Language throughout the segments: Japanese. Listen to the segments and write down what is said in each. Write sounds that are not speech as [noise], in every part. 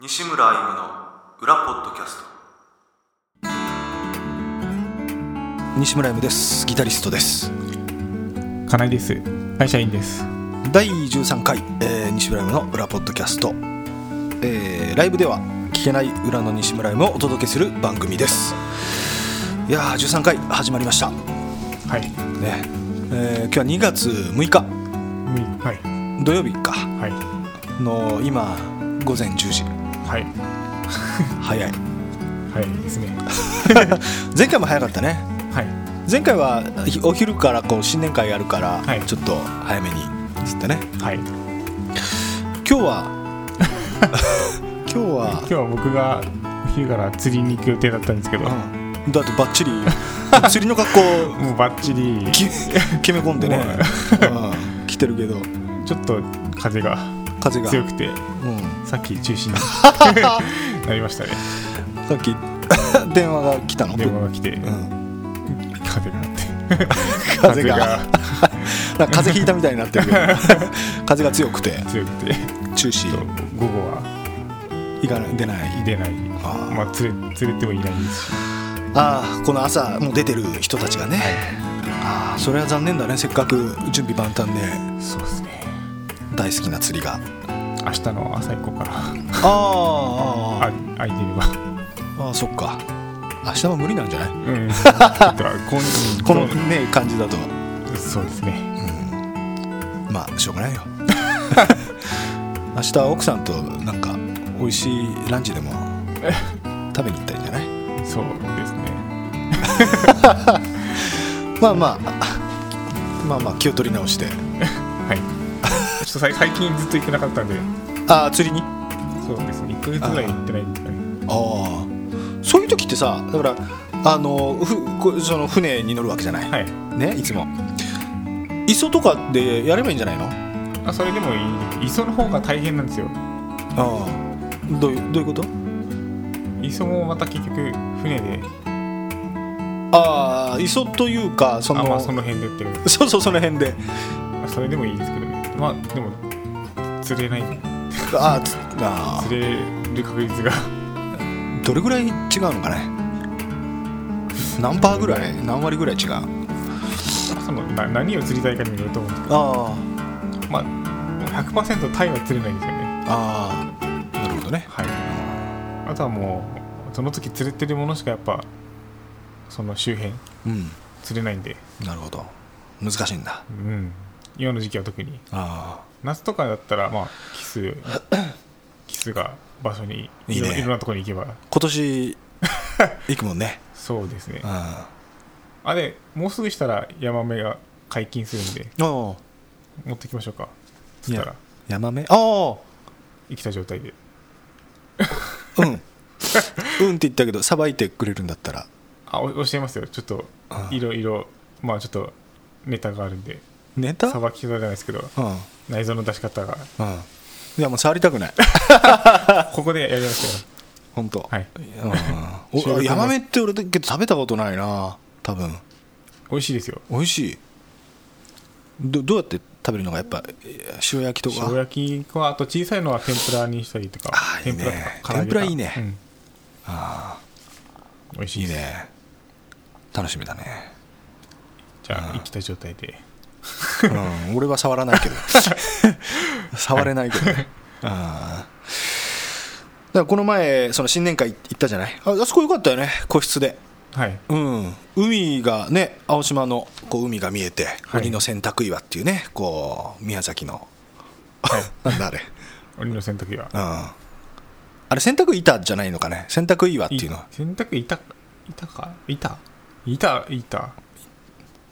西村歩夢の裏ポッドキャスト西村 M ですギタリストです金井です会社員です第13回、えー西村 M の裏ポッドキャスト、えーライブでは聞けない裏の西村 M をお届けする番組ですいやー13回始まりましたね、はいえー今日は2月6日みはい土曜日かはいの今午前10時はい早い [laughs] はいですね前回も早かったねはい前回はひお昼からこう新年会やるから、はいちょっと早めにっつってねはい今日は今日は今日は僕がお昼から釣りに行く予定だったんですけど、もうん、だってばっちり釣りの格好うバッチリき決め込んでね、うん、来てるけどちょっと風が風が、う強ん、くてさっき中 [laughs] 止になりましたねさっき電話が来たの、電話が来て、うん、風があって風 [laughs] がなんか風邪ひいたみたいになってるけど風が強くて強くて中止ちょっと午後は行かない出ない出ないあーまあ釣れ釣れてもいないですしああこの朝もう出てる人たちがね、ああそれは残念だねせっかく準備万端でそうですね大好きな釣りが明日の朝以降からああああ空いてればああそっか明日は無理なんじゃないうん、ちょっとこんこのね感じだとそうですねまあしょうが [laughs] ないよ明日は奥さんとなんか美味しいランチでも食べに行ったらいいんじゃないそうですねまあまあまあまあ気を取り直してはいちょっとさい最近ずっと行けなかったんでああ釣りにあそうですね1ヶ月ぐらい行ってないんですかねあそういう時ってさだからあのふこその船に乗るわけじゃない、はいねいつも磯とかでやればいいんじゃないのああそれでもいい磯の方が大変なんですよあどういうどういうこと磯もまた結局船でああ磯というかそあのまあその辺で売ってるんですそうそうその辺であそれでもいいですけどねまあでも釣れないああつああ釣れる確率がどれぐらい違うのかね何パーぐらい何割ぐらい違うあそのな何を釣りたいかにもよると思うんですあけどまあもう100%タイは釣れないんですよねああなるほどねはい、あとはもうその時釣れてるものしかやっぱその周辺うん釣れないんで、なるほど難しいんだうん、今の時期は特にあ夏とかだったらまあ [laughs] キスキスが場所にいろいいねいろんなところに行けば今 [laughs] 年行くもんねそうですねああでもうすぐしたらヤマメが解禁するんであ持ってきましょうか釣ったらヤマメあ生きた状態であうん [laughs] うんって言ったけどさばいてくれるんだったらあお教えますよちょっとあいろいろまあちょっとネタがあるんでネタさばき方じゃないですけどうんうん内臓の出し方がいやもう触りたく [laughs] ないここでやりますよ本当はい [laughs] うんおヤマメって俺だけど食べたことないな多分美味しいですよ美味しいどどうやって食べるのがやっぱえー塩焼きと塩か焼きはあと小さいのは天ぷらにしたりとかあーいいねとか唐揚天げぷらいいねかうんあ美味しーいいでいすね楽しみだね、じゃあ生きた状態でうん、俺は触らない [laughs] けど触れないけどねあーだからこの前その新年会行ったじゃないああそこ良かったよね個室ではいうん海がね青島のこう海が見えてはい鬼の洗濯岩っていうねこう宮崎のはい [laughs] なんだあれ俺の洗濯機はうんあれ洗濯板じゃないのかね洗濯岩っていいうのは洗濯板板か板板板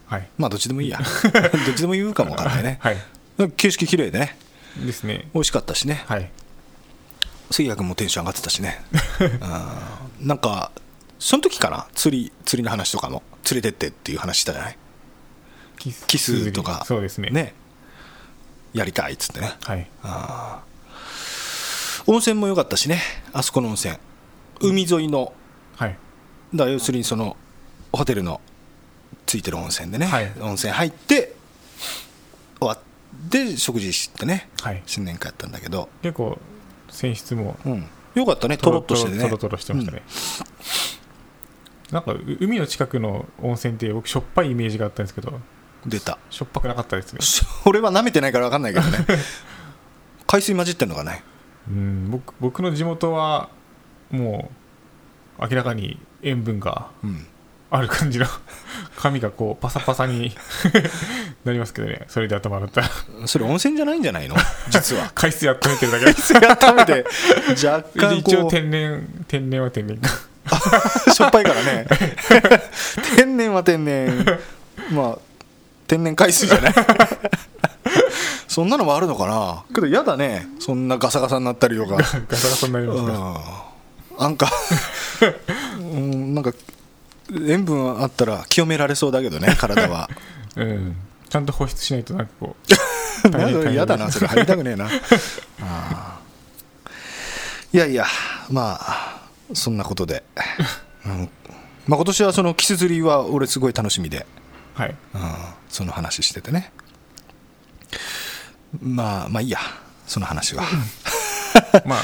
はいまあどっちでもいい [laughs] やどっちでも言うかもわかんないねはい景色綺麗でねですね美味しかったしねはい杉谷君もテンション上がってたしね [laughs] うんなんかその時かな釣り釣りの話とかも連れてってっていう話したじゃないキスキスとかそうですねやりたいっつってねはい温泉も良かったしねあそこの温泉海沿いのはいだから要するにそのホテルのついてる温泉でね、はい温泉入って終わって食事してねはい新年会やったんだけど結構泉質もうんよかったねとろっとしててねとろとろしてましたね、なんかう海の近くの温泉って僕しょっぱいイメージがあったんですけど出たしょっぱくなかったですねそれは舐めてないから分かんないけど [laughs] ね海水混じってんのかねうん僕僕の地元はもう明らかに塩分がうんある感じの [laughs] 髪がこうパサパサに [laughs] なりますけどねそれで頭洗ったらそれ温泉じゃないんじゃ [laughs] ないの実は海水温めてるだけだ改めて若干一応こ天然天然は天然かう [laughs] しょっぱいからね [laughs] 天然は天然まあ天然海水じゃない [laughs] そんなのもあるのかなけど嫌だねそんなガサガサになったりとかガサガサになりますからうんなんか、 [laughs] うん、なんか塩分あったら清められそうだけどね体はうんちゃんと保湿しないとなんかこなう [laughs] んか嫌だなそれ入りたくねえなあ [laughs] あいやいやまあそんなこと [laughs] で、うんまあ、今年はそのキス釣りは俺すごい楽しみで、はいうん、その話しててねまあまあいいやその話はまあ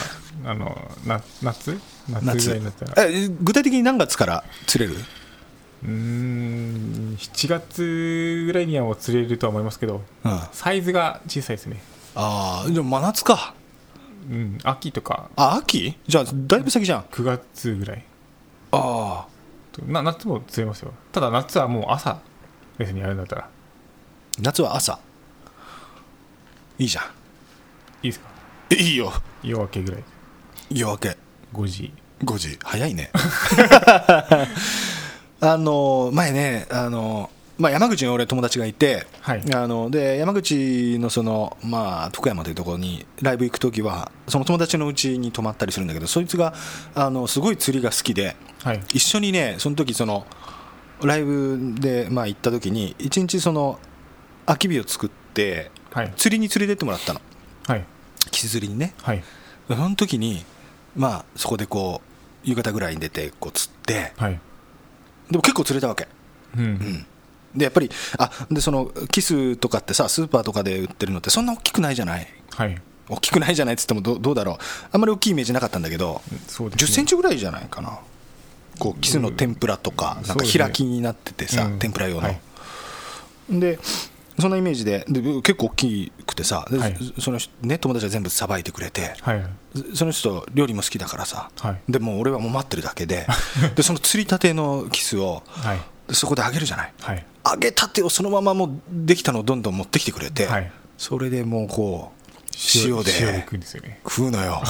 あのな夏夏ぐらいになったらえ具体的に何月から釣れるうーん7月ぐらいにはもう釣れるとは思いますけどうん、あサイズが小さいですねあーじゃあ真夏かうん秋とかあ秋じゃあだいぶ先じゃんあ9月ぐらいあとな夏も釣れますよただ夏はもう朝ですねやるんだったら夏は朝いいじゃんいいですかえいいよ夜明けぐらい夜明け5時5時早いね [laughs] あの前ねあの、まあ、山口に俺友達がいて、はいあので山口のその、まあ、徳山というところにライブ行く時はその友達のうちに泊まったりするんだけどそいつがあのすごい釣りが好きではい一緒にねその時そのライブで、まあ、行った時に一日その空き日を作ってはい釣りに連れてってもらったのはいキス釣りにねはいその時にまあそこでこう夕方ぐらいに出てこう釣ってはいでも結構釣れたわけうん、でやっぱりあでそのキスとかってさスーパーとかで売ってるのってそんな大きくないじゃないはい大きくないじゃないっつってもどうどうだろうあんまり大きいイメージなかったんだけどそうです10ねセンチぐらいじゃないかなこうキスの天ぷらとかなうんんそうかですね開きになっててさ、うん天ぷら用の、はいでそんなイメージでで結構大きくてさではいその人ね友達は全部さばいてくれてはいその人料理も好きだからさはいでもう俺はもう待ってるだけ [laughs] ででその釣りたてのキスをはいそこで揚げるじゃないはい揚げたてをそのままもうできたのをどんどん持ってきてくれて、はいそれでもうこう塩で塩で食うんですよね食うのよ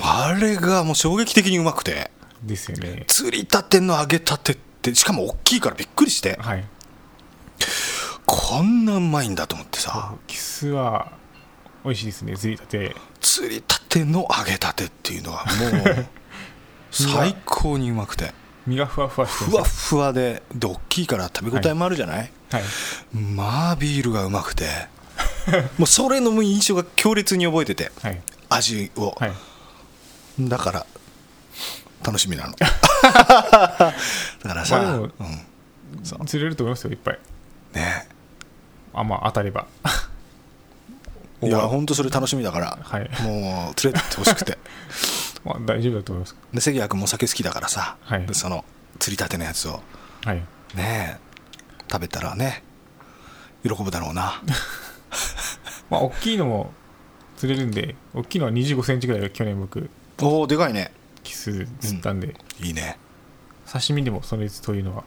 あれがもう衝撃的にうまくてですよね釣りたての揚げたてってしかも大きいからびっくりしてはいこんなうまいんだと思ってさキスは美味しいですね釣りたて釣りたての揚げたてっていうのがも [laughs] う最高にうまくて身がふわふわしてますふわっふわでで大きいから食べ応えもあるじゃない、はいまあビールがうまくてもうそれの印象が強烈に覚えててはい味を、はいだから楽しみなのだからまあさ、でうもん、釣れると思いますよいっぱいねあまあ当たれば [laughs] いや本当それ楽しみだから、はいもう連れてってほしく [laughs] てまあ大丈夫だと思いますで関谷君も酒好きだからさ、はいその釣りたてのやつをはいね食べたらね喜ぶだろう [laughs] なまあ大きいのも釣れるんで大きいのは2 5センチぐらいが去年僕おおでかいねキス釣ったんで、いいね刺身でもそのやつというのは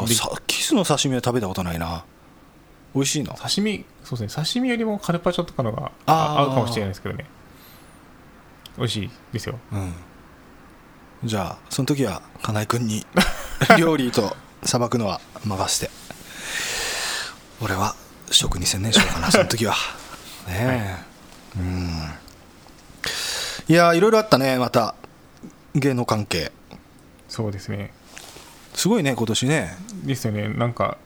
ああでキスの刺身は食べたことないな美味しいの刺身そうですね刺身よりもカルパチョとかのがあーあ合うかもしれないですけどね美味しいですようん、じゃあその時は金井君に料理とさばくのは任せて俺は食に専念しようかなその時はねえ、うんいやーいろいろあったねまた芸能関係そうですねすごいね今年ねですよねなんか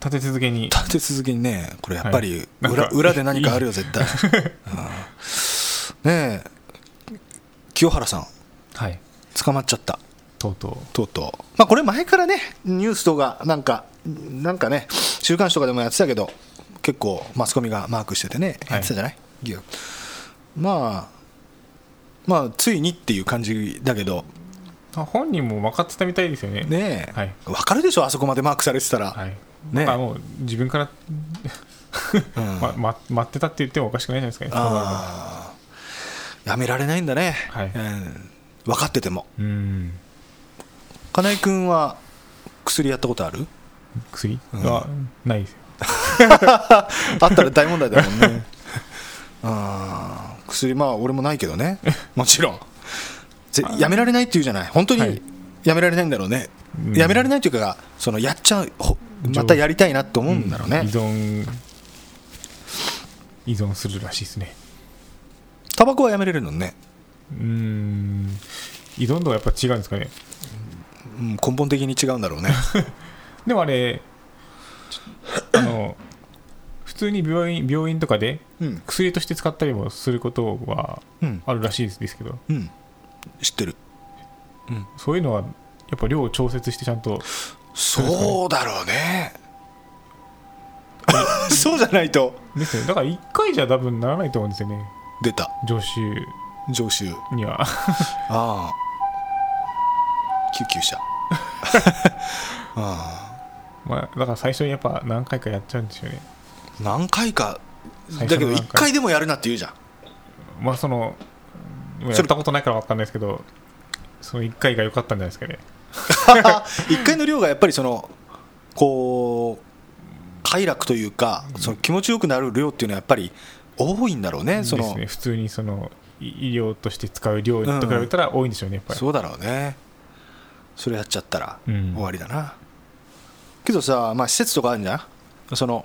立て続けに立て続けにねこれやっぱりはい裏,、なんか裏で何かあるよ絶対、 [laughs] うんねえ清原さんはい捕まっちゃったとうととうとう、まあ、これ前からねニュースとかなんかなんかね週刊誌とかでもやってたけど結構マスコミがマークしててねはいやってたじゃない、疑惑まあまあついにっていう感じだけどあ本人も分かってたみたいですよね。ねえ、はいわかるでしょあそこまでマークされてたら、はい。ねだからもう自分から、ん [laughs] まま待ってたって言ってもおかしくないじゃないですかね。あーやめられないんだね、はいうん分かっててもうん。金井君は薬やったことある薬はないですよ。あったら大問題だもん [laughs] ねあー薬まあ俺もないけど [laughs] ねもちろんぜやめられないって言うじゃない本当はにいやめられないんだろうね、うんやめられないというかそのやっちゃうほまたやりたいなと思うんだろうね、依存、依存するらしいですね。タバコはやめれるのね、うん。依存度はやっぱ違うんですかね。うん、根本的に違うんだろう [laughs] ねでもあれ、ちょあの、普通に病院病院とかでうん薬として使ったりもすることはうんあるらしいですけど、うん知ってるそういうのはやっぱ量を調節してちゃんとそうだろうね [laughs] そうじゃないとですよねだから1回じゃ多分ならないと思うんですよね出た常習常習には [laughs] ああ救急 [laughs] 車あまあだから最初にやっぱ何回かやっちゃうんですよねあ何回か最初のだけど何1回回でもやるなって [laughs] 言うじゃんまあそのうんやそっれたことないから分かんないですけどその1回が良かったんじゃないですかね1回の量がやっぱりそのこう快楽というかその気持ちよくなる量っていうのはやっぱり多いんだろうねそでのすね普通にそのい医療として使う量と比べたら多いんでしょうねやっぱりそうだろうねそれやっちゃったらうん終わりだな、けどさ、まあ、施設とかあるんじゃんその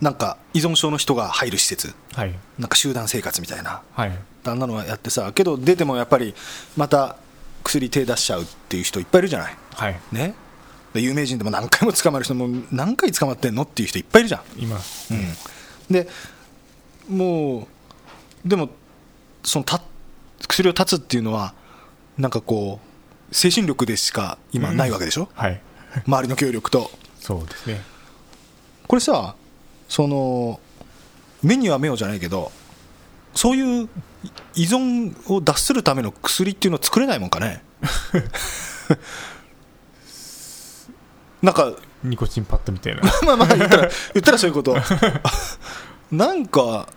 なんか依存症の人が入る施設はいなんか集団生活みたいなはいあんなのはやってさけど出てもやっぱりまた薬手出しちゃうっていう人いっぱいいるじゃないはいねで有名人でも何回も捕まる人も何回捕まってんのっていう人いっぱいいるじゃん今うん、でもうでもそのた薬を断つっていうのはなんかこう精神力でしか今ないわけでしょ、はい周りの協力とそうですねこれさその目には目をじゃないけどそういう依存を脱するための薬っていうのを作れないもんかねなんかニコチンパッドみ [laughs] たいなまあまあ言ったら言ったらそういうことなんか、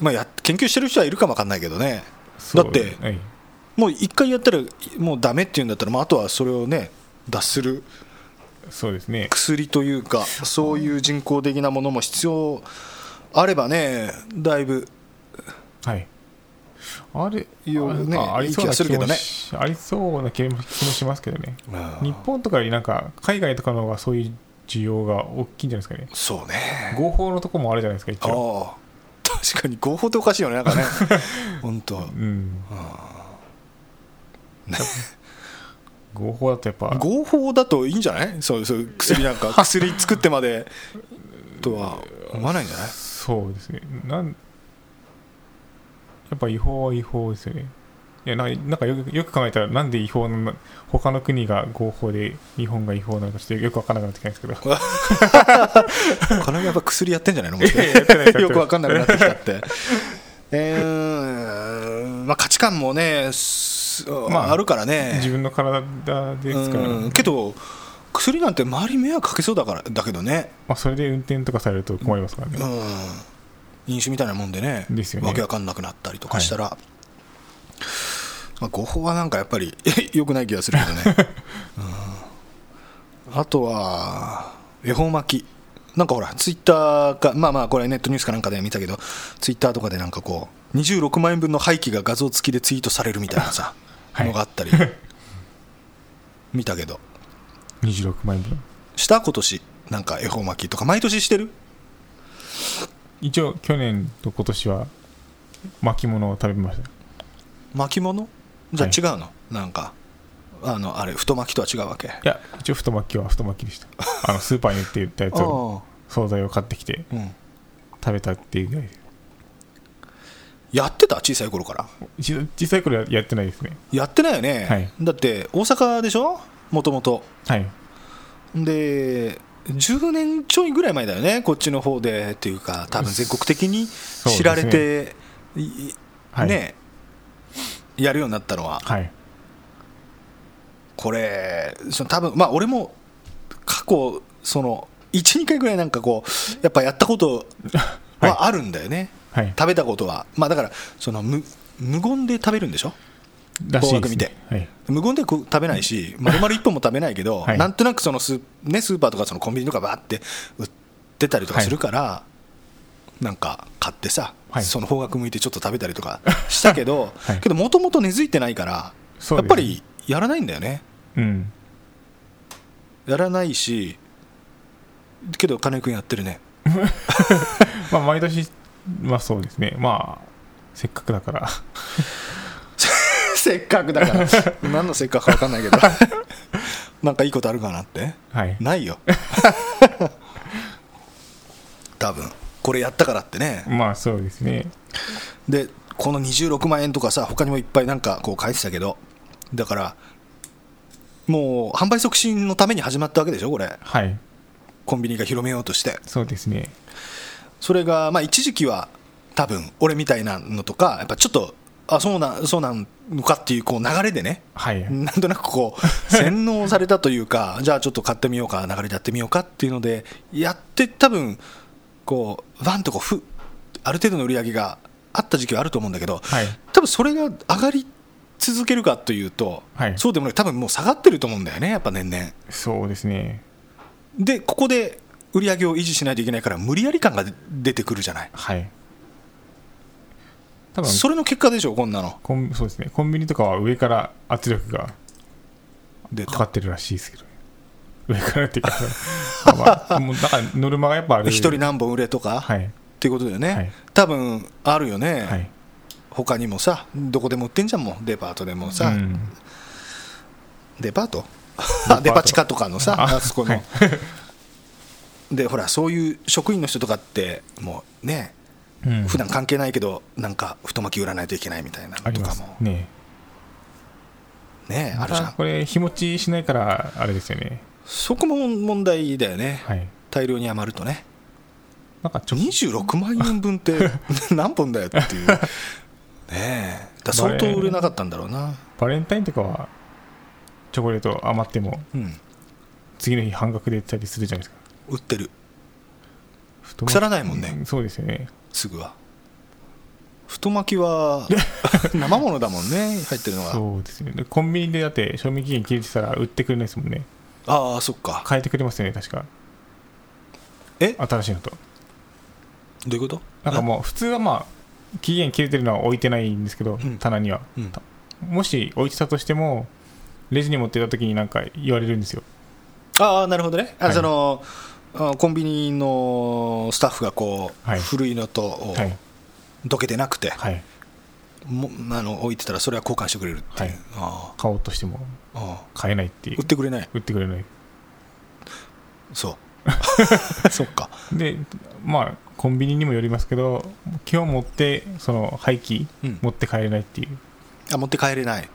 まあ、や研究してる人はいるかもわかんないけどねだそうってはいもう一回やったらもうダメっていうんだったら、まあ、あとはそれをね脱するそうですね薬というかそういう人工的なものも必要あればねだいぶはいあれよねあありそういい気がなするけ気どもねしありそうな気も気もしますけどねうん日本とかよりなんか海外とかの方がそういう需要が大きいんじゃないですかねそうね合法のとこもあるじゃないですか一あ応あ確かに合法っておかしいよねなんかね本当うんね合法だとやっぱ合法だといいんじゃないそうそう薬なんか薬作ってまでとは思わないんじゃないそうですねなんやっぱ違法は違法ですよねいやなんかなんかよくよく考えたらなんで違法なの他の国が合法で日本が違法なのかちょっとよく分からなくなってきたんですけど金井やっぱ薬やってんじゃないのもしかしてやってないです [laughs] よくわかんなくなってきたって。 [laughs] えーまあ、価値観もね、すまあ、あるからね [laughs] 自分の体ですから、うん、まけど、薬なんて周り迷惑かけそうだからだけどね、あ、それで運転とかされると困りますからね、うん、飲酒みたいなもんでね、ですよねわけわかんなくなったりとかしたら、まあ、合法はなんかやっぱり [laughs] 良くない気がするけど [laughs] ね、うんあとは、恵方巻き、なんかほら、ツイッターか、まあまあ、これネットニュースかなんかで見たけど、ツイッターとかでなんかこう、26万円分の廃棄が画像付きでツイートされるみたいなさ、 [laughs] はいのがあったり、見たけど、 26万円分した今年なんか恵方巻きとか、毎年してる一応去年と今年は巻物を食べました巻物じゃあ違うの、なんかあのあれ太巻きとは違うわけあいや一応太巻きは太巻きで [laughs] したあのスーパーに売って売ったやつをあ惣菜を買ってきてうん食べたっていうぐらいですやってた小さい頃から一度小さい頃はやってないですねやってないよね、はいだって大阪でしょもともとはいで10年ちょいぐらい前だよねこっちの方でっていうか多分全国的にうですね知られていねはいやるようになったのは、はいこれその多分まあ俺も過去その12回ぐらいなんかこうやっぱやったこと [laughs] はあるんだよね、はい食べたことはまあだからその無無言で食べるんでしょらしいで紅白す見てねはい無言ではこう食べないし丸々1本も食べないけど、 [laughs] はいなんとなくそのス,、ね、スーパーとかそのコンビニとかバーって売ってたりとかするから、なんか買ってさ、はいその方角向いてちょっと食べたりとかしたけど、 [laughs] はいけどもともと根付いてないから、そうやっですねぱりやらないんだよね。うんやらないしけど金井君やってるねまあ毎年まあそうですねまあせっかくだから [laughs] [laughs] せっかくだから [laughs] 何のせっかくか分かんないけど [laughs] なんかいいことあるかなってはいないよ [laughs] 多分これやったからってねまあそうですねでこの26万円とかさ他にもいっぱいなんかこう書いてたけどだからもう販売促進のために始まったわけでしょこれはいコンビニが広めようとしてそうですねそれが、まあ、一時期は多分俺みたいなのとかやっぱちょっとあそうなそうなんのかっていうこう流れでねはいなんとなくこ [laughs] う洗脳されたというかじゃあちょっと買ってみようか流れでやってみようかっていうのでやって多分こうバンとこうふある程度の売り上げがあった時期はあると思うんだけど、はい多分それが上がり続けるかというと、はいそうでもない多分もう下がってると思うんだよねやっぱ年々。そうですねでここで売り上げを維持しないといけないから無理やり感が出てくるじゃない。はい多分それの結果でしょ、こんなの。コンそうですねコンビニとかは上から圧力がでかかってるらしいですけどね上か [laughs] らっていうかまあまあもうだからノルマがやっぱある一人何本売れとか、はいっていうことだよね、はい多分あるよね、はい他にもさ、どこでも売ってんじゃんもん、デパートでもさ、うんデパートあ [laughs] デパ地下とかのさ、ああそこの。 [laughs] で、ほら、そういう職員の人とかって、もうね、うん普段関係ないけど、なんか太巻き売らないといけないみたいなあのりとまかすも、ねね、あるじゃん。これ日持ちしないからあれですよねそこも問題だよね、はい大量に余るとね。なんかちょ26万円分って [laughs] 何本だよっていう、ねえ、だから相当売れなかったんだろうな、バレンタインとかはチョコレート余ってもうん、次の日半額で売ったりするじゃないですか売ってる、太巻き腐らないもんねうそうですよねすぐは。太巻き [laughs] は生ものだもんね、入ってるのが。そうですよねでコンビニでだって賞味期限切れてたら売ってくれないですもんねああ、そっか。変えてくれますよね確かえ新しいのとどういうことなんかもう普通はまあ期限切れてるのは置いてないんですけど、ん棚には、うんたもし置いてたとしてもレジに持ってた時になんか言われるんですよああ、なるほどね。あはいそのあコンビニのスタッフがこう、はい古いのと、はいどけてなくて、はいもあの置いてたらそれは交換してくれるっていう、はいあ買おうとしてもあああ買えないっていう売ってくれない売ってくれない [laughs] そう。そっか。でまあコンビニにもよりますけど今日持ってその廃棄、うん持って帰れないっていうあ、持って帰れない。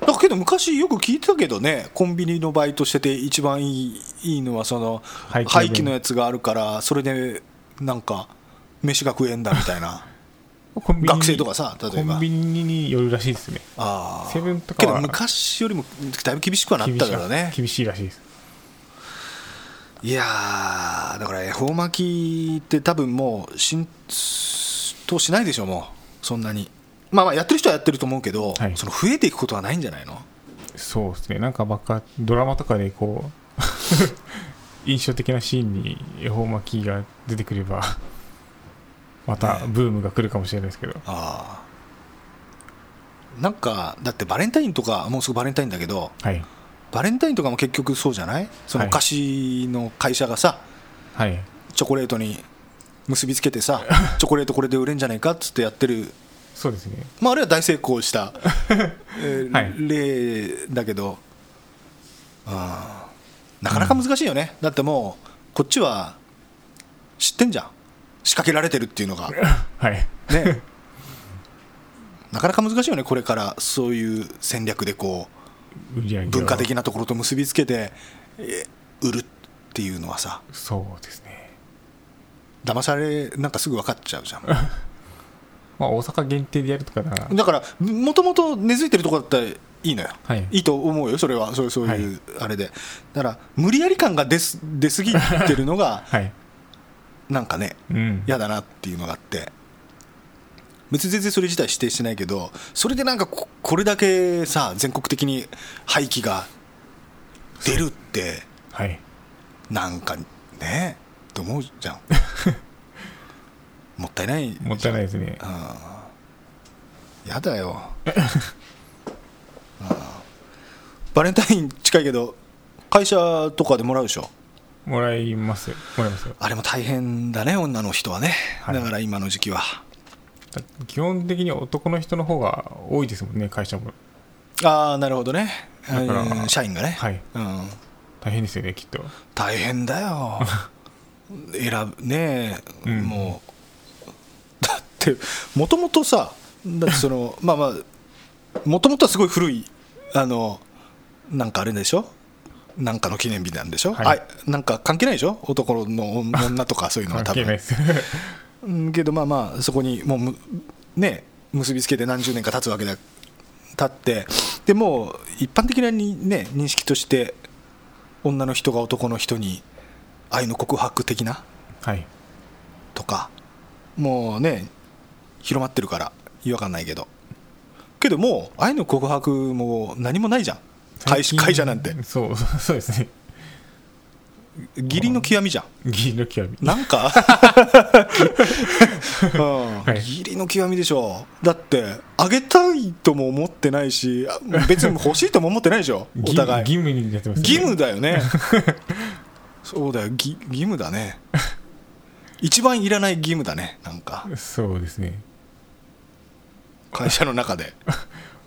なんかけど昔よく聞いてたけどね、コンビニのバイトしてて一番いいいいのはその廃廃棄の分棄のやつがあるから、それでなんか飯が食えんだみたい [laughs] な。コンビニ学生とかさ例えばコンビニによるらしいですねあーセブンとかけどは昔よりもだいぶ厳しくはなったからね。厳しいらしいですいやーだから恵方巻きって多分もう浸透しないでしょもうそんなに。まあまあやってる人はやってると思うけど、はいその増えていくことはないんじゃないの？そうですねなんかばっかドラマとかでこう [laughs] 印象的なシーンに恵方巻きが出てくれば [laughs] またブームが来るかもしれないですけど、ああなんかだってバレンタインとかもうすぐバレンタインだけどはいバレンタインとかも結局そうじゃないそのはいお菓子の会社がさはいチョコレートに結びつけて [laughs] さチョコレートこれで売れんじゃないかっつってやってる、そうですね [coughs] まあ、あれは大成功した、えー [laughs] はい例だけどあーなかなか難しいよね、だってもうこっちは知ってんじゃん仕掛けられてるっていうのが。はいねなかなか難しいよねこれからそういう戦略でこ売り上げうを文化的なところと結びつけてえ売るっていうのはさそうですね [laughs] 騙されなんかすぐ分かっちゃうじゃんまあ、大阪限定でやるとかなら、だからもともと根付いてるとこだったらいいのよはい、いいと思うよそれはそうそういうあれで、だから無理やり感が出す出過ぎてるのがはい、なんかねうん、嫌だなっていうのがあって別に全然それ自体指定してないけどそれでなんかここれだけさ全国的に廃棄が出るってはい、なんかねと思うじ [laughs] ゃんもったいないもったいないですね。やだよ [laughs] うんバレンタイン近いけど会社とかでもらうでしょもらいますよ、もらいますよ。あれも大変だね女の人はね、はいだから今の時期はだって基本的に男の人の方が多いですもんね、会社も。ああなるほどねだからうん社員がね、はい、うん、大変ですよね、きっと。大変だ [laughs] よ選ぶねえ、うんもうだってもともとさだってその [laughs] まあまあもともとはすごい古いあのなんかあれでしょなんかの記念日なんでしょ、はいあなんか関係ないでしょ男の女とかそういうのは多関係な分いです。 [laughs] うんけどまあまあそこにもうむね結びつけて何十年か経つわけだ経ってでもう一般的なにね認識として女の人が男の人に愛の告白的なはい、とかもうね広まってるから違和感ないけどけどもう愛の告白も何もないじゃん会社会社なんてそう、 [laughs] そうそうですね。義理の極みじゃん義理の極み。なんか、うん、い義理の極みでしょだってあげたいとも思ってないしあ別に欲しいとも思ってないでしょお義互い義務になってます、ね。義務だよねそうだよ義義務だね一番いらない義務だねなんかそうですね会社の中で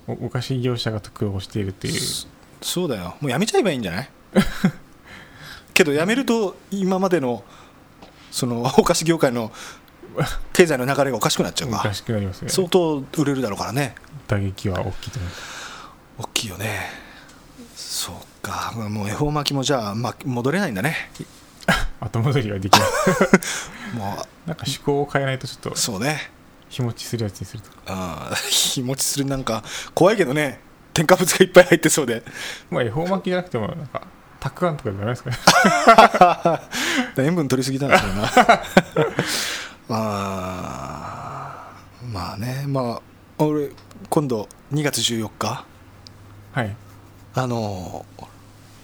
お。お菓子業者が得をしているっていう。そうだよもうやめちゃえばいいんじゃないけどやめると今までのそのお菓子業界の経済の流れがおかしくなっちゃうおかかしくなりますよね。相当売れるだろうからね打撃は大きいと思います。大きいよねそうかもう恵方巻きもじゃあ、ま、戻れないんだね後戻りはできない。 [laughs] もなんか思考を変えないとちょっとうそうね日持ちするやつにするとか。うん [laughs] 日持ちするなんか怖いけどね添加物がいっぱい入ってそうで [laughs] まあ、恵方巻きじゃなくても、なんか、たくあんとかじゃないですか [laughs] ね。塩分取りすぎたんだろうな [laughs] まあまあねまあ俺今度2月14日はい。あの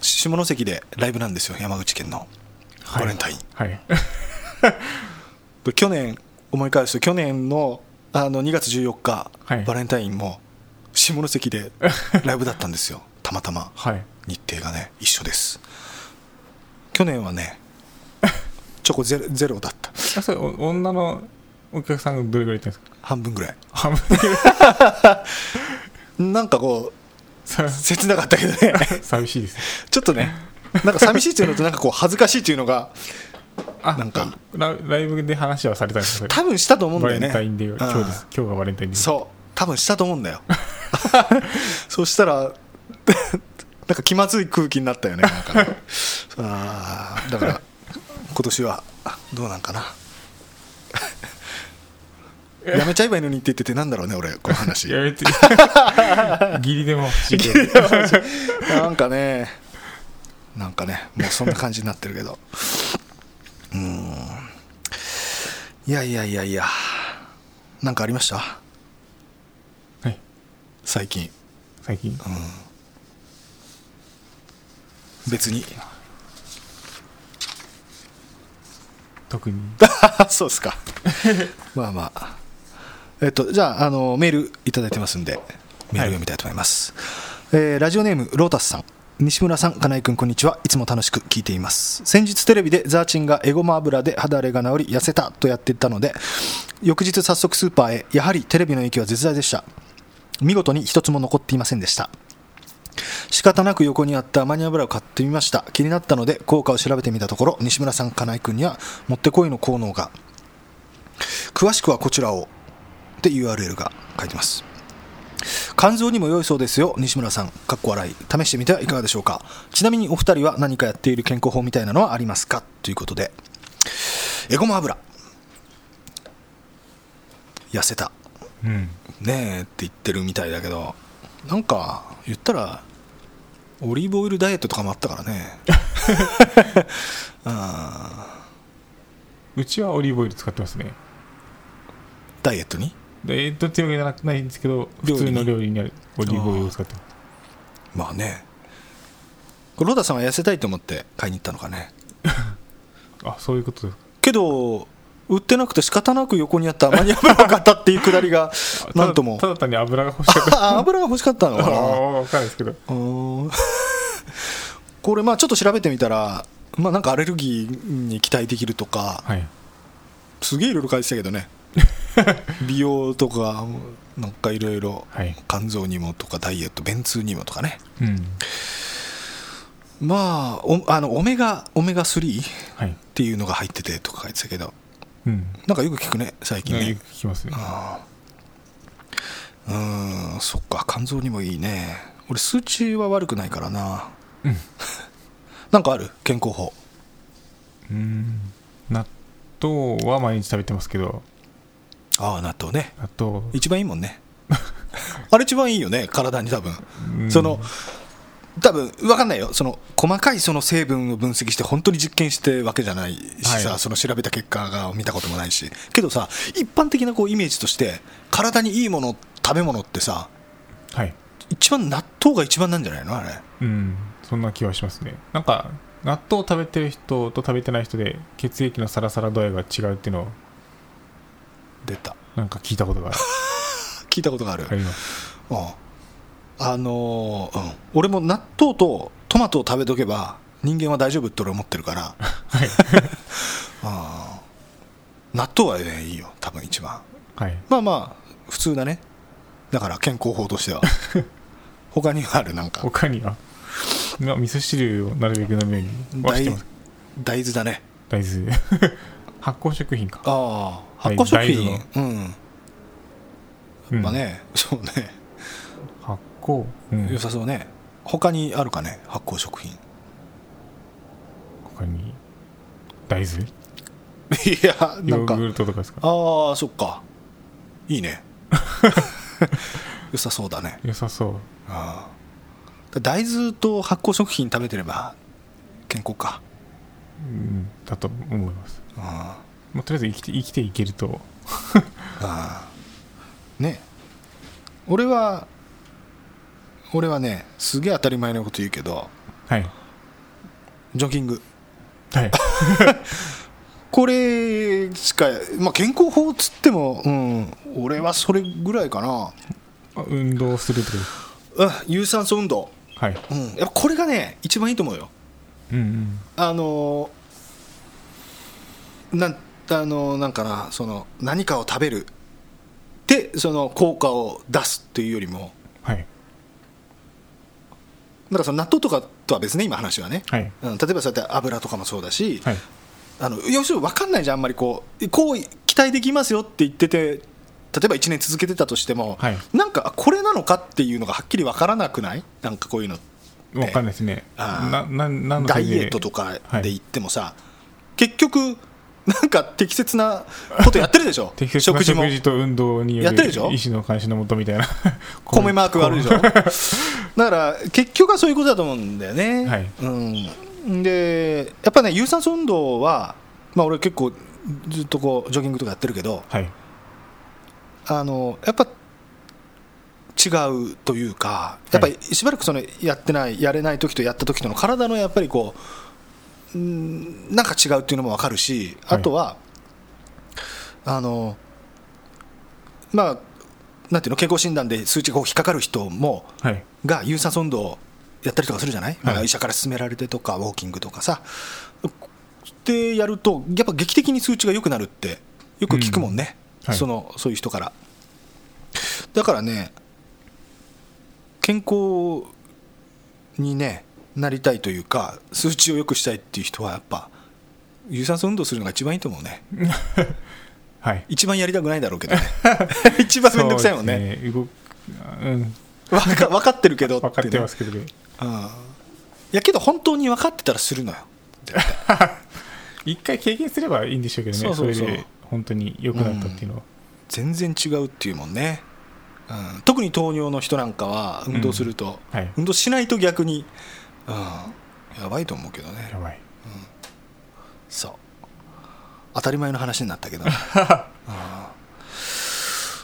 下関でライブなんですよ山口県のバレンタイン、はい。で去年思い返すと去年のあの2月14日、はいバレンタインも下関 [laughs] でライブだったんですよたまたまはい。日程がね一緒です去年はねチョコゼロゼロだったあそれお女のお客さんがどれぐらいいたんですか [laughs] 半分ぐらい [laughs] 半分ぐらいなんかこさう切なかったけど [laughs] ね寂しいですちょっとねなんか寂しいっていうのとなんかこう恥ずかしいっていうのがあなんかラライブで話はされたんですか多分したと思うんバだよレンねタインデーは今日でうんす今日がバレンタインデーそう多分したと思うん [laughs] だよそしたら [laughs] なんか気まずい空気になったよねなんかね [laughs] あーだから今年はどうなんかなやめちゃえばいいのにって言っててなんだろうね俺この話や [laughs] めてギリでも欲しいけどなんかねなんかねもうそんな感じになってるけどうーんいやいやいやいやなんかありましたはい最近最近別に特にあ [laughs] そうですかまあまあえっとじゃああのメールいただいてますんでメール読みたいと思います、えーラジオネームロータスさん西村さん、金井君、こんにちは。いつも楽しく聞いています。先日テレビでザーチンがエゴマ油で肌荒れが治り痩せたとやっていたので、翌日早速スーパーへ、やはりテレビの影響は絶大でした。見事に一つも残っていませんでした。仕方なく横にあったアマニ油を買ってみました気になったので効果を調べてみたところ西村さん金井君にはもってこいの効能が詳しくはこちらをで URL が書いてます肝臓にも良いそうですよ西村さんかっこ笑い試してみてはいかがでしょうかちなみにお二人は何かやっている健康法みたいなのはありますかということでエゴマ油痩せたうんねえって言ってるみたいだけどなんか言ったらオリーブオイルダイエットとかもあったから [laughs] ねあうちはオリーブオイル使ってますねーダイエットにでえっとっていうわけじゃなくないんですけど料理普に通の料理にあるオリーブオイルを使ってますまあねこれロダさんは痩せたいと思って買いに行ったのかねあそういうことですけど売ってなくて仕方なく横にあったマニアブラを買ったっていうくだり [laughs] があただなんともただ単に油が欲しかった [laughs] あ油が欲しかったのかなあ分かるんないですけどうーんこれまあちょっと調べてみたらまあなんかアレルギーに期待できるとかはいすげえいろいろ書いてたけど [laughs] ね美容とかなんかいろいろはい肝臓にもとかダイエット便通にもとかねうんまあおあのオメガオメガ3っはいていうのが入っててとか書いてたけどうんなんかよく聞くね最近なんかよねく聞きますねああうーんそっか肝臓にもいいね俺数値は悪くないからなうん [laughs] なんかある健康法うん納豆は毎日食べてますけどああ納豆ね納豆一番いいもん [laughs] ねあれ一番いいよね体に多分うんその多分分かんないよその細かいその成分を分析して本当に実験してわけじゃないしさ、はいその調べた結果が見たこともないしけどさ一般的なこうイメージとして体にいいもの食べ物ってさはい一番納豆が一番なんじゃないのあれうんそんな気はしますねなんか納豆を食べてる人と食べてない人で血液のサラサラ度合いが違うっていうのを出たなんか聞いたことが聞いたことがある、ありますうんあのーうん、俺も納豆とトマトを食べとけば人間は大丈夫って俺思ってる [laughs] から、 [laughs] あー納豆はねいいよ多分一番はいまあまあ普通だねだから健康法と [laughs] しては他にはあるなんか他にはまあ味噌汁をなるべく飲むようにはし大てます大豆だね大豆 [laughs] 発酵食品かああは発い酵食大品豆うんうんまあねそうね発酵、うん良さそうね他にあるかね発酵食品い他に大豆やなヨんかーグルトとかですかああそっかいいね [laughs] 良さそうだね良さそうああ大豆と発酵食品食べてれば健康かうんだと思います、あまあ、とりあえず生きて生きていけるとああね俺は俺はねすげえ当たり前のこと言うけどはいジョギング [laughs] はいこれしか、まあ、健康法っつっても、うん、俺はそれぐらいかなあ運動するってことですうん有酸素運動、はいうん、やっぱこれがね一番いいと思うようんうんあのーなんあのーなんかなその何かを食べるでその効果を出すっていうよりもはいだからその納豆とかとは別ね今話はね、はいうん、例えばそうやって油とかもそうだし、はいあの要するに分かんないじゃんあんまりこうこう期待できますよって言ってて例えば1年続けてたとしても、はいなんかあこれなのかっていうのがはっきり分からなくないなんかこういうのわかんないですねあーなななんのダせいイでエットとかで言ってもさ、結局なんか適切なことやってるでしょ適切なも食事と運動によるやってるでしょ医師の監視のもとみたいな [laughs] 米マークがあるでしょだから結局はそういうことだと思うんだよね、はいうん、でやっぱね有酸素運動は、まあ、俺結構ずっとこうジョギングとかやってるけどはいあのやっぱ違うというかやっぱりしばらくそのやってないやれない時とやった時との体のやっぱりこううんなんか違うっていうのも分かるしはあいとは、あのまあなんていうの健康診断で数値がこう引っかかる人もはいが有酸素運動をやったりとかするじゃない、はいまあ医者から勧められてとかウォーキングとかさでやるとやっぱ劇的に数値が良くなるってよく聞くもんね、うんはいそのそういう人からだからね健康に、ね、なりたいというか数値を良くしたいっていう人はやっぱ有酸素運動するのが一番いいと思うねはい一番やりたくないだろうけ [laughs] どね一番面倒くさいもんそうねです動くあうんわか分かってるけど分かっねてますけどねうんいやけど本当に分かってたらするのよ一回経験すればいいんでしょうけどねそうそうそうれで本当に良くなったっていうのは、全然違うっていうもんね、うん、特に糖尿の人なんかは運動すると、はい運動しないと逆に、うん、やばいと思うけどねやばいそう当たり前の話になったけど、うん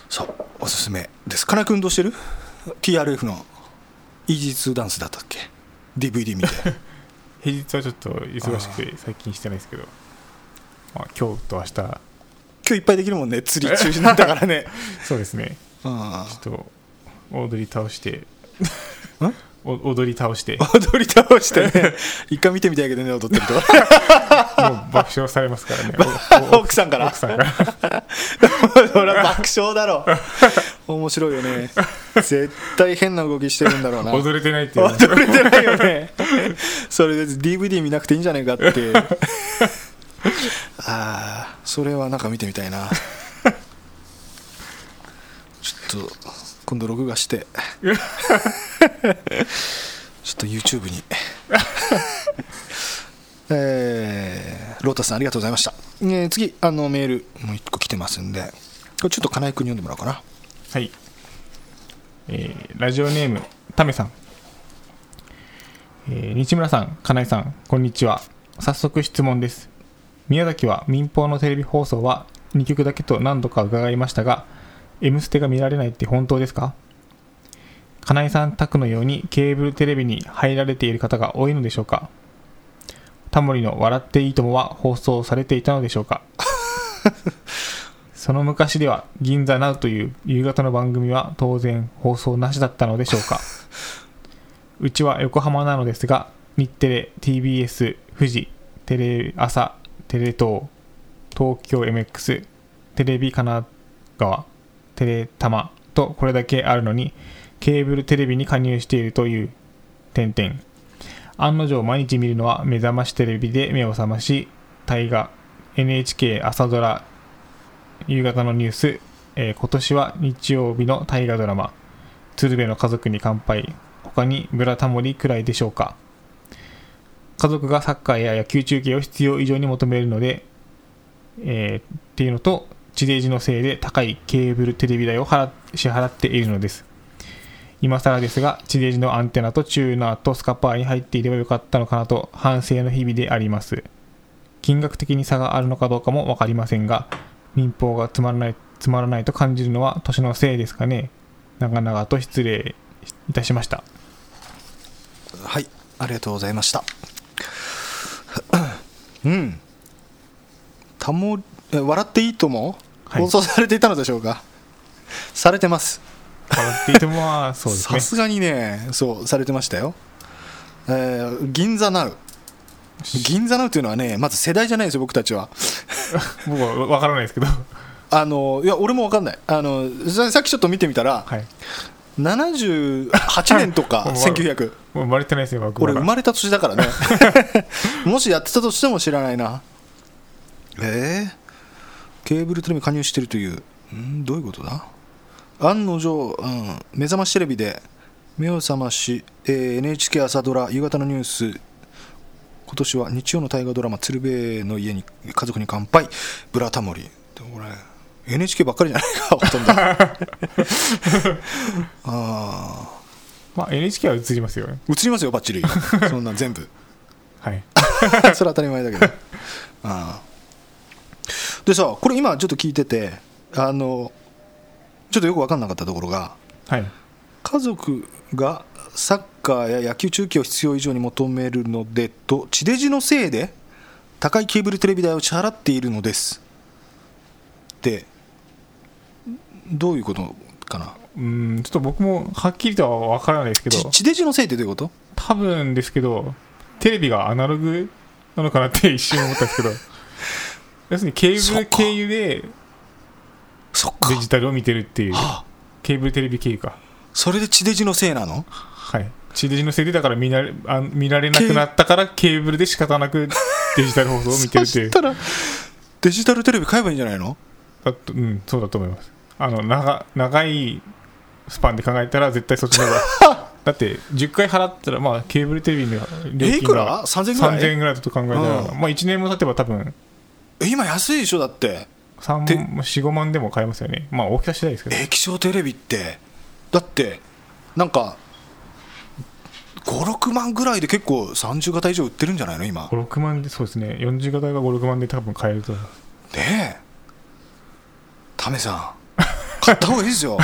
そうおすすめです金君どうしてる TRF のイージー2ダンスだったっけ DVD 見て平日はちょっと忙しくて最近してないですけどまあ、今日と明日今日いっぱいできるもんね釣り中止だったからね、そうですねうん、 [laughs] ちょっと踊り倒してんお踊り倒しても踊り倒してね [laughs] 一回見てみたいけどね踊ってるとう爆笑されますからねおお [laughs] 奥さんから奥さんがそりゃ爆笑だろ面白いよね絶対変な動きしてるんだろ [laughs] うな踊れてないっていう踊れてないよね [laughs] それで DVD 見なくていいんじゃないかって [laughs] ああそれはなんか見てみたいなちょっと今度録画して [laughs] ちょっと YouTube にえー、ロータスさんありがとうございました、えー次あのメールもう一個来てますんでこれちょっと金井君に読んでもらおうかなはい、えーラジオネームためさん、えー西村さん金井さんこんにちは早速質問です宮崎は民放のテレビ放送は2局だけと何度か伺いましたが「M ステ」が見られないって本当ですか金井さん宅のようにケーブルテレビに入られている方が多いのでしょうかタモリの「笑っていいとも」は放送されていたのでしょうかその昔では銀座ナウという夕方の番組は当然放送なしだったのでしょうかうちは横浜なのですが日テレ TBS 富士テレ朝テレ東東京 MX テレビ神奈川テレタマとこれだけあるのにケーブルテレビに加入しているという点々案の定毎日見るのは目覚ましテレビで目を覚まし大河 NHK 朝ドラ夕方のニュース、えー今年は日曜日の大河ドラマ「鶴瓶の家族に乾杯」他に「ブラタモリ」くらいでしょうか家族がサッカーや野球中継を必要以上に求めるので、えーっていうのと地デジのせいで高いケーブルテレビ代を払っ支払っているのです今更ですが地デジのアンテナとチューナーとスカパーに入っていればよかったのかなと反省の日々であります金額的に差があるのかどうかも分かりませんが民放がつまらないつまらないと感じるのは年のせいですかね長々と失礼いたしましたはい、ありがとうございました。 [clears throat] うん。たも、え笑っていいとも、はい放送されていたのでしょうか。されてます。笑っていてもまあそうですさねすがにね、そう、されてましたよ。えー銀座ナウ。銀座ナウというのはね、まず世代じゃないですよ、僕たちは。僕は分からないですけどはあの、いや、俺もわかんない。あの、ささっきちょっと見てみたら、い、78年とか1900。 [laughs] もう生まれてないですよ僕俺ま生だまれた年だから [laughs] ねもしやってたとしても知らないなえー、ケーブルテレビ加入してるというんどういうことだ案の定、うん、目覚ましテレビで目を覚まし、えー NHK 朝ドラ夕方のニュース今年は日曜の大河ドラマ「鶴瓶の家に家族に乾杯」「ブラタモリ」でもこれ NHK ばっかりじゃない [laughs] かほとんどああまあ NHK は映りますよね映りますよバッチリそんなん全部はい [laughs] それは当たり前だけどああでさこれ今ちょっと聞いててあのちょっとよく分かんなかったところがはい家族がサッカーや野球中継を必要以上に求めるのでと地デジのせいで高いケーブルテレビ代を支払っているのですってどういうことかなうんちょっと僕もはっきりとは分からないですけどち地デジのせいってどういうこと多分ですけどテレビがアナログなのかなって一瞬思ったんですけど要するにケーブル経由でそっかデジタルを見てるっていうはあケーブルテレビ経由かそれで地デジのせいなのはい。地デジのせいでだから見られあ見られなくなったからケーブルで仕方なく [laughs] デジタル放送を見てるっていそしうたらデジタルテレビ買えばいいんじゃないのだとうんそうだと思いますあの長長いスパンで考えたら絶対そっちの方 [laughs] がだって10回払ったらまあケーブルテレビの料えい金くらが3000ぐらい3000円ぐらいだと考えたら、うまあ1年も経てば多分え今安いでしょだって三で45万でも買えますよねまあ大きさ次第ですけど液晶テレビってだってなんか56万ぐらいで結構30型以上売ってるんじゃないの今56万でそうですね40型が56万で多分買えると思いますねえタメさん買った方がいい [laughs] ですよ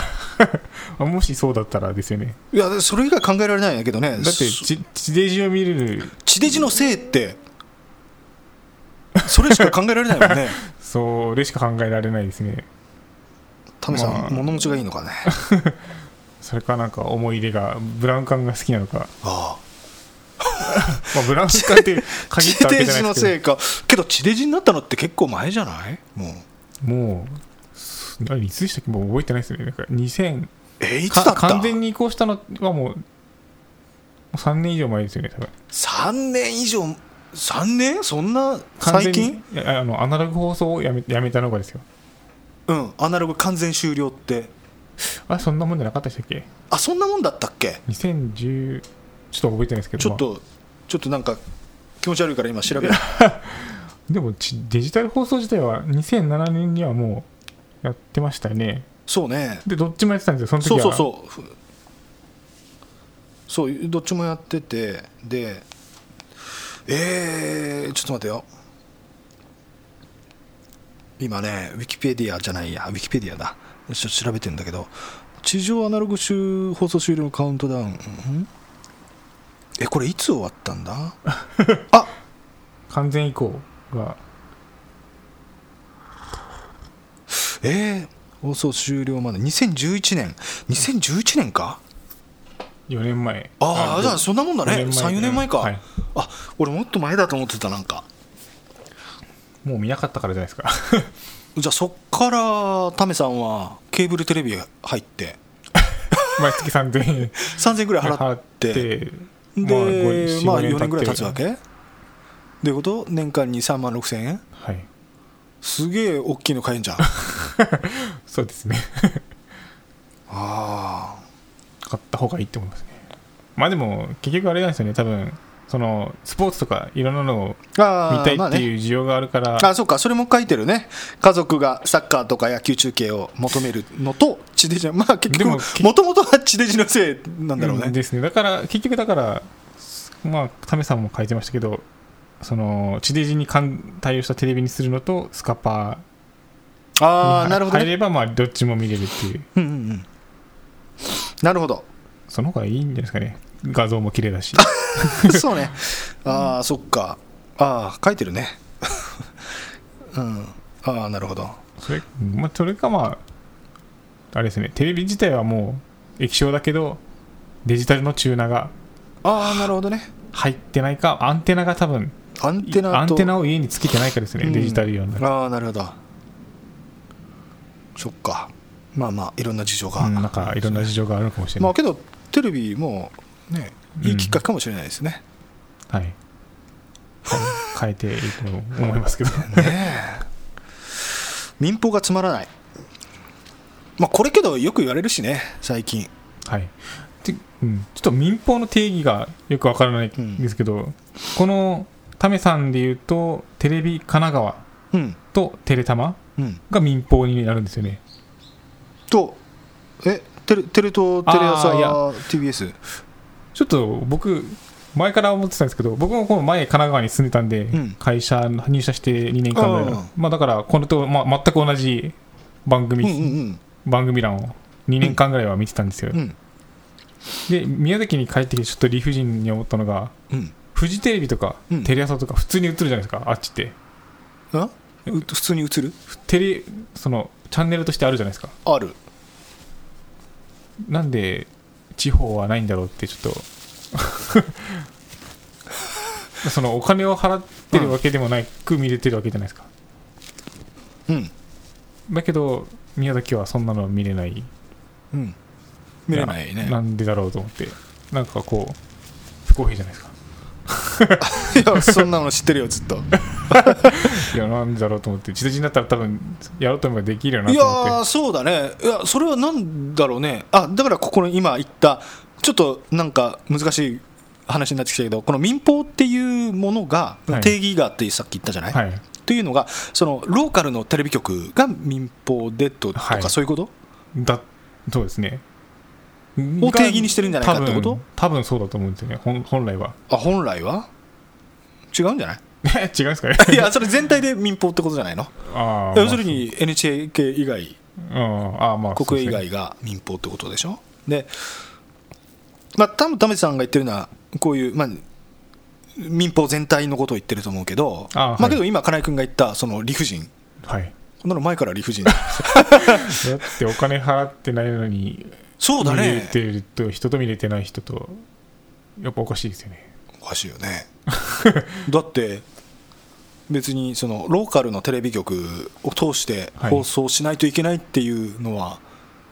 あもしそうだったらですよねいやそれ以外考えられないんだけどねだってそ地地デジを見れる地デジのせいってそれしか考えられないもん [laughs] ねそれしか考えられないですねタメさん、まあ物持ちがいいの [laughs] かねそれかなんか思い入れがブラウン管が好きなのか、ああまあ、ブラウン [laughs] 管って限っ地たわけデジじゃないのですせけいかけど地デジになったのって結構前じゃないもうどもうすあれいつでしたっけもう覚えてないですねなんか2000えいつだかった完全に移行したのはもう3年以上前ですよね多分3年以上3年そんな最近完全にいやあのアナログ放送をやめやめたのがですようんアナログ完全終了ってあれそんなもんじゃなかったでしたっけあそんなもんだったっけ2010ちょっと覚えてないですけどちょっまとちょっとなんか気持ち悪いから今調べるあでもちデジタル放送自体は2007年にはもうやってましたねそうねでどっちもやってたんですよその時そうはそうそうふそうどっちもやっててでえー、ちょっと待ってよ今ねウィキペディアじゃないやウィキペディアだちょっと調べてんだけど地上アナログ終放送終了のカウントダウン、うんえこれいつ終わったん [laughs] だあ完全移行がえー、放送終了まで2011年2011年か4年前ああじゃあそんなもんだね四年前34年前か、はいあ俺もっと前だと思ってたなんかもう見なかったからじゃないですか [laughs] じゃあそっからタメさんはケーブルテレビ入って毎月3000円3000円ぐらい払ってでで、まあ、4年ぐらい経経つわけどういうこと年間に3万6000円はいすげえ大きいの買 [laughs] えんじゃんそうですねあ買った方がいいと思いますねまあでも結局あれなんですよね多分そのスポーツとかいろんなのをーあ見たいまあってねいう需要があるから、あそうかそれも書いてるね家族がサッカーとか野球中継を求めるのと地デジのまあ結でも局もともとは地デジのせいなんだろうね、うんですねだから結局だからまあタメさんも書いてましたけどその地デジに関対応したテレビにするのとスカパあーあになるほど入ねればまあどっちも見れるっていううんうんうんなるほどその方がいいんじゃないですかね画像も綺麗 [laughs] だしそうね。ああ、そっか。ああ、書いてるね。 [laughs] うん。ああ、なるほど。それ,、まあ、それかまああれですねテレビ自体はもう液晶だけどデジタルのチューナーがああ、なるほどね。入ってないかアンテナが多分アンテナと。アンテナを家につけてないかですね、うんデジタル用のああ、なるほど。そっか。まあまあ、いろんな事情が。うんなんかいろんな事情があるのかもしれなまあ、い、けど、テレビも、ね、いいきっかけかもしれないですね。はいはい変えていいと思いま [laughs] すけどねえ。民放がつまらない。まあ、これけど、よく言われるしね、最近。はいで、うん、ちょっと民放の定義がよくわからないんですけど、このタメさんで言うとテレビ神奈川うん。とテレタマうん。が民放になるんですよねと、え、テレ、テレ東、テレ朝あーいや、 TBS。ちょっと僕前から思ってたんですけど僕もこの前神奈川に住んでたんで、うん会社入社して2年間ぐらい、うんまあ、だからこれと、まあ、全く同じ番組、うんうんうん。番組欄を2年間ぐらいは見てたんですよ、うんで宮崎に帰ってきてちょっと理不尽に思ったのがうんフジテレビとか、うんテレ朝とか普通に映るじゃないですかあっちってあう普通に映るテレそのチャンネルとしてあるじゃないですかあるなんで地方はないんだろうってちょっ [laughs] とそのお金を払ってるわけでもなく見れてるわけじゃないですか、うんだけど宮崎はそんなの見れないうん見れない [laughs] ねなんでだろうと思ってなんかこう不公平じゃないですかいやそ [laughs] んなの知ってるよずっといやなんでだろうと思って地デジになったら多分やろうと思えばできるよないとや思ってーそうだねいやそれはなんだろうねあだからここの今言ったちょっとなんか難しい話になってきたけどこの民放っていうものがはい定義があってさっき言ったじゃない、はいっていうのがそのローカルのテレビ局が民放でととか、はいそういうことだそうですねを定義にしてるんじゃないかってこと多分多分そうだと思うんですよね本本来は [laughs] あ本来は違うんじゃない [laughs] え違うんですかねいやそれ全体で民放ってことじゃないのあー要するに NHK 以外まあ、うんあーまあ国営以そうですね外が民放ってことでしょでまあ多分田淵さんが言ってるのはこういう、まあ、民放全体のことを言ってると思うけどあはいまあ、けど今金井君が言ったその理不尽はいこんなの前から理 [laughs] 不尽だってお金払ってないのにそうだ見れねてると人と見れてない人とやっぱおかしいですよねおかしいよね [laughs] だって別にそのローカルのテレビ局を通してはい放送しないといけないっていうのは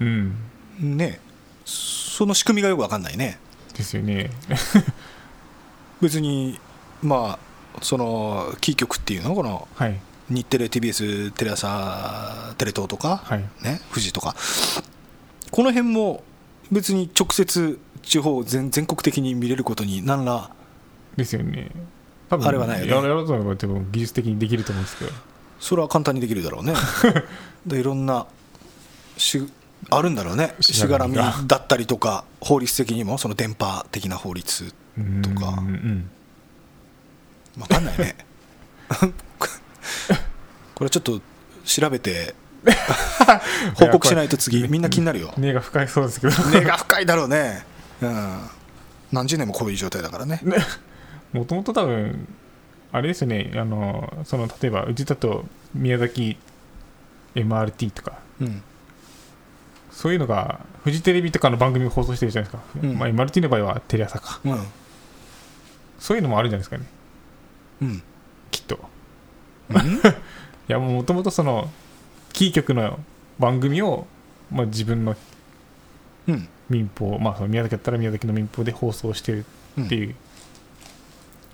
うんねその仕組みがよく分かんないねですよね [laughs] 別にまあそのキー局っていうのこのはい日テレ TBS テレ朝テレ東とか、はいね、富士とかこの辺も別に直接地方全全国的に見れることに何らですよね多あれはないよねやろやろうと思えば多分技術的にできると思うんですけどそれは簡単にできるだ [laughs] ろうねでいろんなしあるんだろうねししがらみしがらみだったりとか法律的にもその電波的な法律うんとかうんうん分かんない [laughs] ねこれちょっと調べて報告しないと次みんな気になるよ根が深いそうですけど根が深いだろうね、うん、何十年もこういう状態だからねもともと多分あれですよねあのその例えばうちだと宮崎 MRT とかうんそういうのがフジテレビとかの番組を放送してるじゃないですか、うんまあ、MRT の場合はテレ朝かうんそういうのもあるんじゃないですかねうんきっというんやもともとそのキー局の番組を、まあ、自分のうん民放まあその宮崎だったら宮崎の民放で放送してるっていう、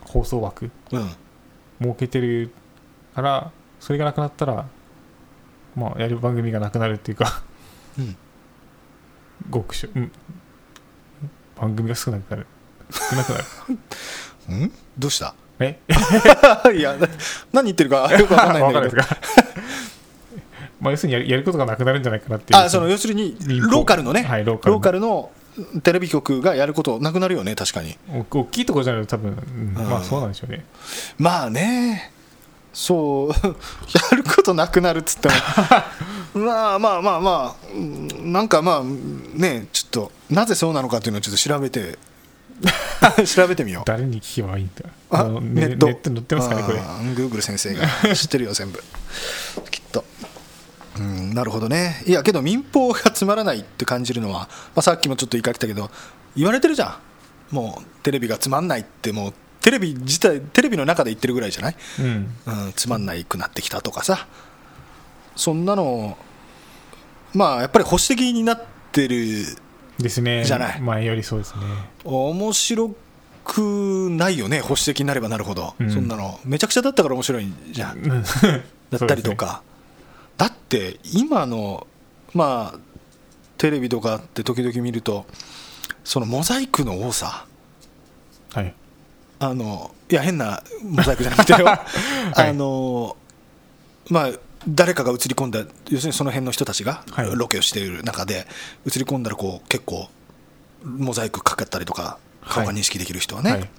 放送枠うん設けてるからそれがなくなったらまあやる番組がなくなるっていうかうん極小、うん、番組が少なくなる少なくな [laughs] るうんどうしたえ [laughs] いやな何言ってる [laughs] かよくわかんないんだわけどか [laughs] んないですかまあ要するにやるやることがなくなるんじゃないかなっていうあその要するに民放ローカルのね、はいローカルロのーカルのテレビ局がやることなくなるよね確かにお大きいところじゃないと多分、うんうんまあそうなんでしょうねまあねそう [laughs] やることなくなるっつって [laughs] もまあまあまあまあうんなんかまあねちょっとなぜそうなのかっていうのをちょっと調べ [laughs] て調べてみよう誰に聞けばいいんだあ [laughs] あのネねットネットに載ってますかねこれグーグル先生が知ってるよ全部きっとうんなるほどねいやけど民放がつまらないって感じるのは、まあ、さっきもちょっと言いかけたけど言われてるじゃんもうテレビがつまんないってもうテレビ自体テレビの中で言ってるぐらいじゃない、うんうん、つまんないくなってきたとかさそんなのまあやっぱり保守的になってるですねじゃない前よりそうですね面白くないよね保守的になればなるほど、うんそんなのめちゃくちゃだったから面白いじ [laughs] ゃんうんだったりとか、だって今のまあテレビとかって時々見るとそのモザイクの多さそうですねはいあのいや変なモザイクじゃなくて [laughs] よ、いあのまあ誰かが映り込んだ要するにその辺の人たちがはいロケをしている中で映り込んだらこう結構モザイクかかったりとかはい顔が認識できる人はね、はい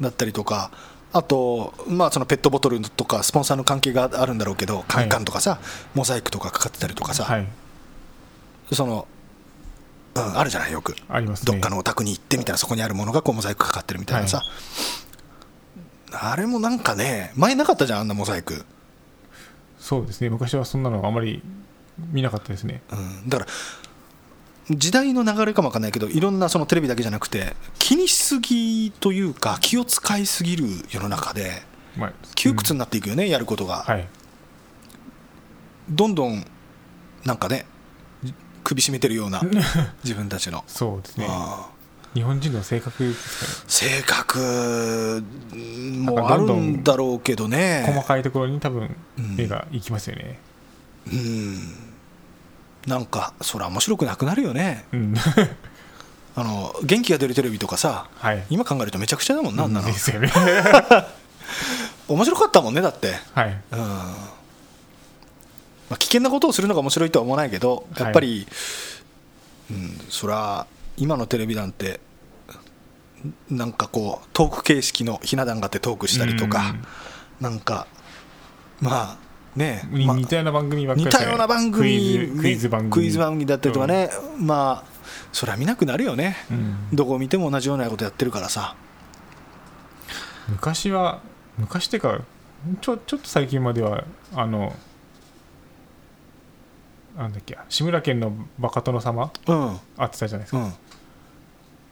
だったりとかあと、まあ、そのペットボトルとかスポンサーの関係があるんだろうけどカンカンとかさ、モザイクとかかかってたりとかさ、はいその、うん、あるじゃないよく、ありますねどっかのお宅に行ってみたらそこにあるものがこうモザイクかかってるみたいなさ、はあれもなんかね前なかったじゃんあんなモザイク、そうですね昔はそんなのあまり見なかったですねうん、だから時代の流れかもわかんないけどいろんなそのテレビだけじゃなくて気にしすぎというか気を使いすぎる世の中でまあ窮屈うにんなっていくよね、やることが。はい [laughs] どんどんなんかねじ首絞めてるような自分たちの、そうですねああ日本人の性格ですか性格もなあんかどるんどんんだろうけどねら細かいところに多分うん目が行きますよねうんなんかそれは面白くなくなるよねうん [laughs] あの元気が出るテレビとかさはい [laughs] 今考えるとめちゃくちゃだもんなあんなのですよね面白かったもんねだってはいうんまあ、危険なことをするのが面白いとは思わないけどはいやっぱり、うん、そりゃ今のテレビなんてんなんかこうトーク形式のひな壇があってトークしたりとか、なんかまあねにまあ似たような番組ばっか似りたような番組クイズクイズ番組クイズ番組だったりとかね、まあそりゃ見なくなるよね、うんどこを見ても同じようなことやってるからさ昔は昔ってかちょちょっと最近まではあのなんだっけ志村けんのバカ殿様うんあってたじゃないですうか、ん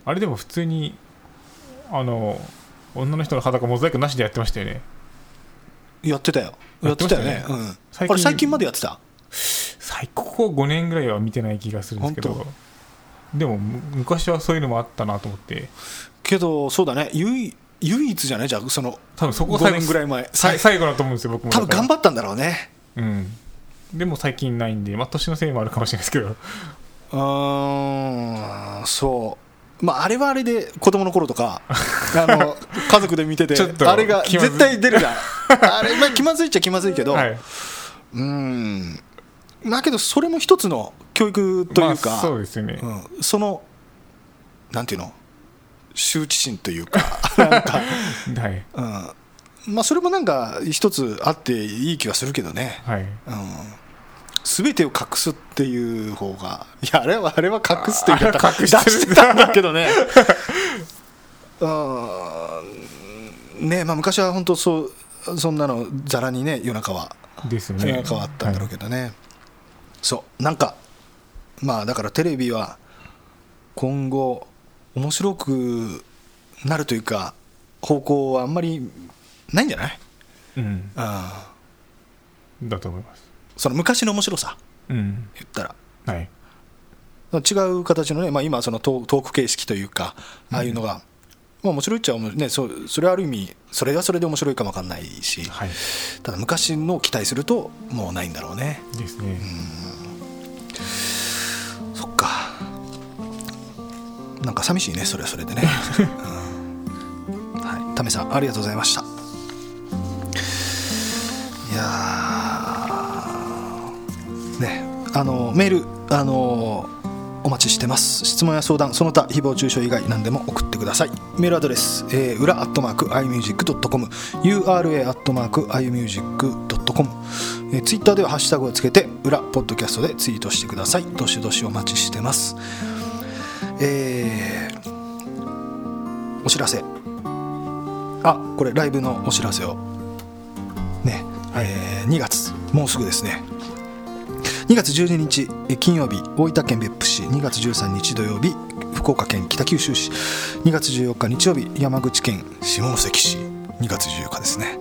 あれでも普通にあの女の人の裸モザイクなしでやってましたよねやってたよややっっててましたたよねよねうん最あ近れ最近までやってた最ここ5年ぐらいは見てない気がするんですけ本どでもむ昔はそういうのもあったなと思ってけどそうだね唯一唯一じゃないじゃあその多分そこが5最後年ぐらい前ささいい最後だと思うんですよ僕も多分頑張張ったんだろうねうんでも最近ないんでまあ年のせいもあるかもしれないですけどうーんそうまああれはあれで子供の頃とかあ [laughs] の家族で見ててちょっとあれが気まずい絶対出るじゃんあれ、まあ、気まずいっちゃ気まずいけど、はい、うーんだけどそれも一つの教育というか、まあ、そうですよね、うん、そのなんていうの羞恥心という [laughs] かなんか、はいうん、まあそれもなんか一つあっていい気はするけどねはいすべてを隠すっていう方がいやあれはあれは隠すというかあれ出隠してるしてたんだけど [laughs] ねうんねまあ昔は本当そうそんなのざらにね夜中はですよ夜ね中はあったんだろうけどね、そうなんかまあだからテレビは今後面白くなるというか方向はあんまりないんじゃない、はいうんあだと思いますその昔の面白さうん言ったらはい違う形のね、まあ、今はそのトートーク形式というかああいうのが、まあ、面白いっちゃ面白いねそうそれはある意味それはそれで面白いかもわかんないしはいただ昔のを期待するともうないんだろうねですね、そっかなんか寂しいねそれはそれでね、うんはい、タメさんありがとうございましたいやーねあのメールあのお待ちしてます質問や相談その他誹謗中傷以外何でも送ってくださいメールアドレス、えー、裏アットマーク imusic.com ura アットマーク imusic.com えー、ツイッターではハッシュタグをつけて裏ポッドキャストでツイートしてくださいどしどしお待ちしてますえーお知らせあこれライブのお知らせをね、えー2月もうすぐですね2月12日えー金曜日大分県別府市2月13日土曜日福岡県北九州市2月14日日曜日山口県下関市2月14日ですね、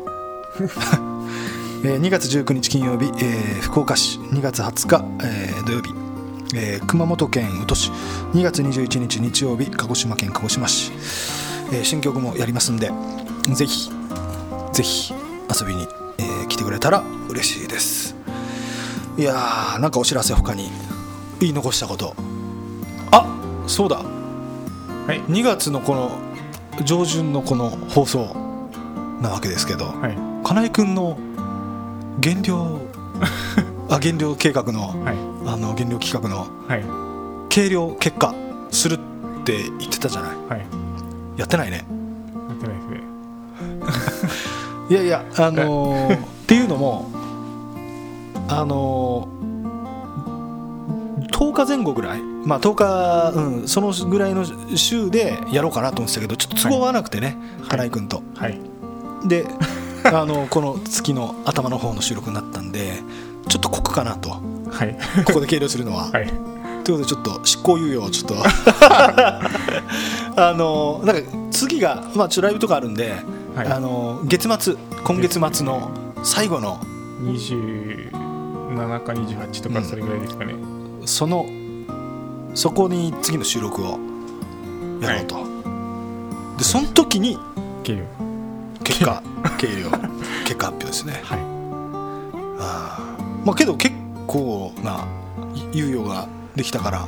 えー2月19日金曜日、えー福岡市2月20日、えー土曜日、えー熊本県宇土市2月21日日曜日鹿児島県鹿児島市、えー新曲もやりますんでぜひぜひ遊びに、えー来てくれたら嬉しいですいやーなんかお知らせ他に言い残したことあそうだはい2月のこの上旬のこの放送なわけですけどはい金井君の減 [laughs] 量あ減量計画のはいあの減量企画のはい計量結果するって言ってたじゃないはいやってないねやってないですねいやいやあのーっていうのもあのー10日前後ぐらいまあ10日、うん、そのぐらいの週でやろうかなと思ってたけどちょっと都合が合わなくてね、金井君とはい [laughs] であのこの月の頭の方の収録になったんでちょっと酷かなとこ [laughs] はいこで計量するのは、はいということでちょっと執行猶予をちょっと [laughs] あのなんか次が、まあ、ちょっとライブとかあるんで、はいあの月末今月末の最後の27か28とうんかそれぐらいですかね、そのそこに次の収録をやろうと、でその時にゲーム結果計量結果発表ですねはあーまあけど結構な猶予ができたから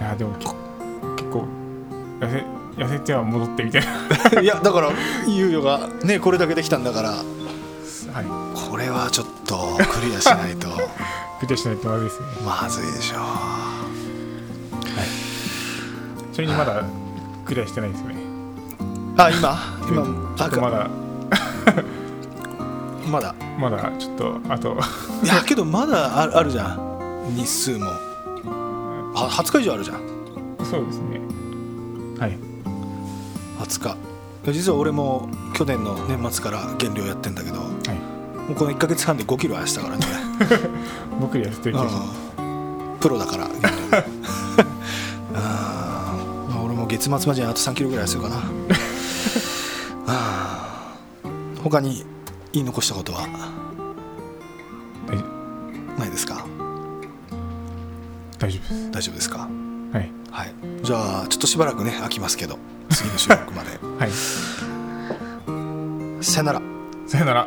いやでもけ結構痩せ痩せては戻ってみたいないやだから猶予がねこれだけできたんだからはいこれはちょっとクリアしないとクリアしないとまずいですねまずいでしょうちなみにまだクリアしてないですよね [laughs] あ今今ちょっとまあだまだまだちょっとあと [laughs] い [laughs] やけどまだあるあるじゃん日数もは20日以上あるじゃんそうですねはい20日実は俺も去年の年末から減量やってんだけどもはうこの1か月半で5キロ痩せたから [laughs] ねい僕クリアしてる気がしますうんプロだから [laughs] 減量あーまあ俺も月末までにあと3キロぐらい痩せよう [laughs] かなあー他に言い残したことは大ないですか大丈夫です大丈夫ですかはいはいじゃあちょっとしばらくね飽きますけど次の収録まではいさよならさよなら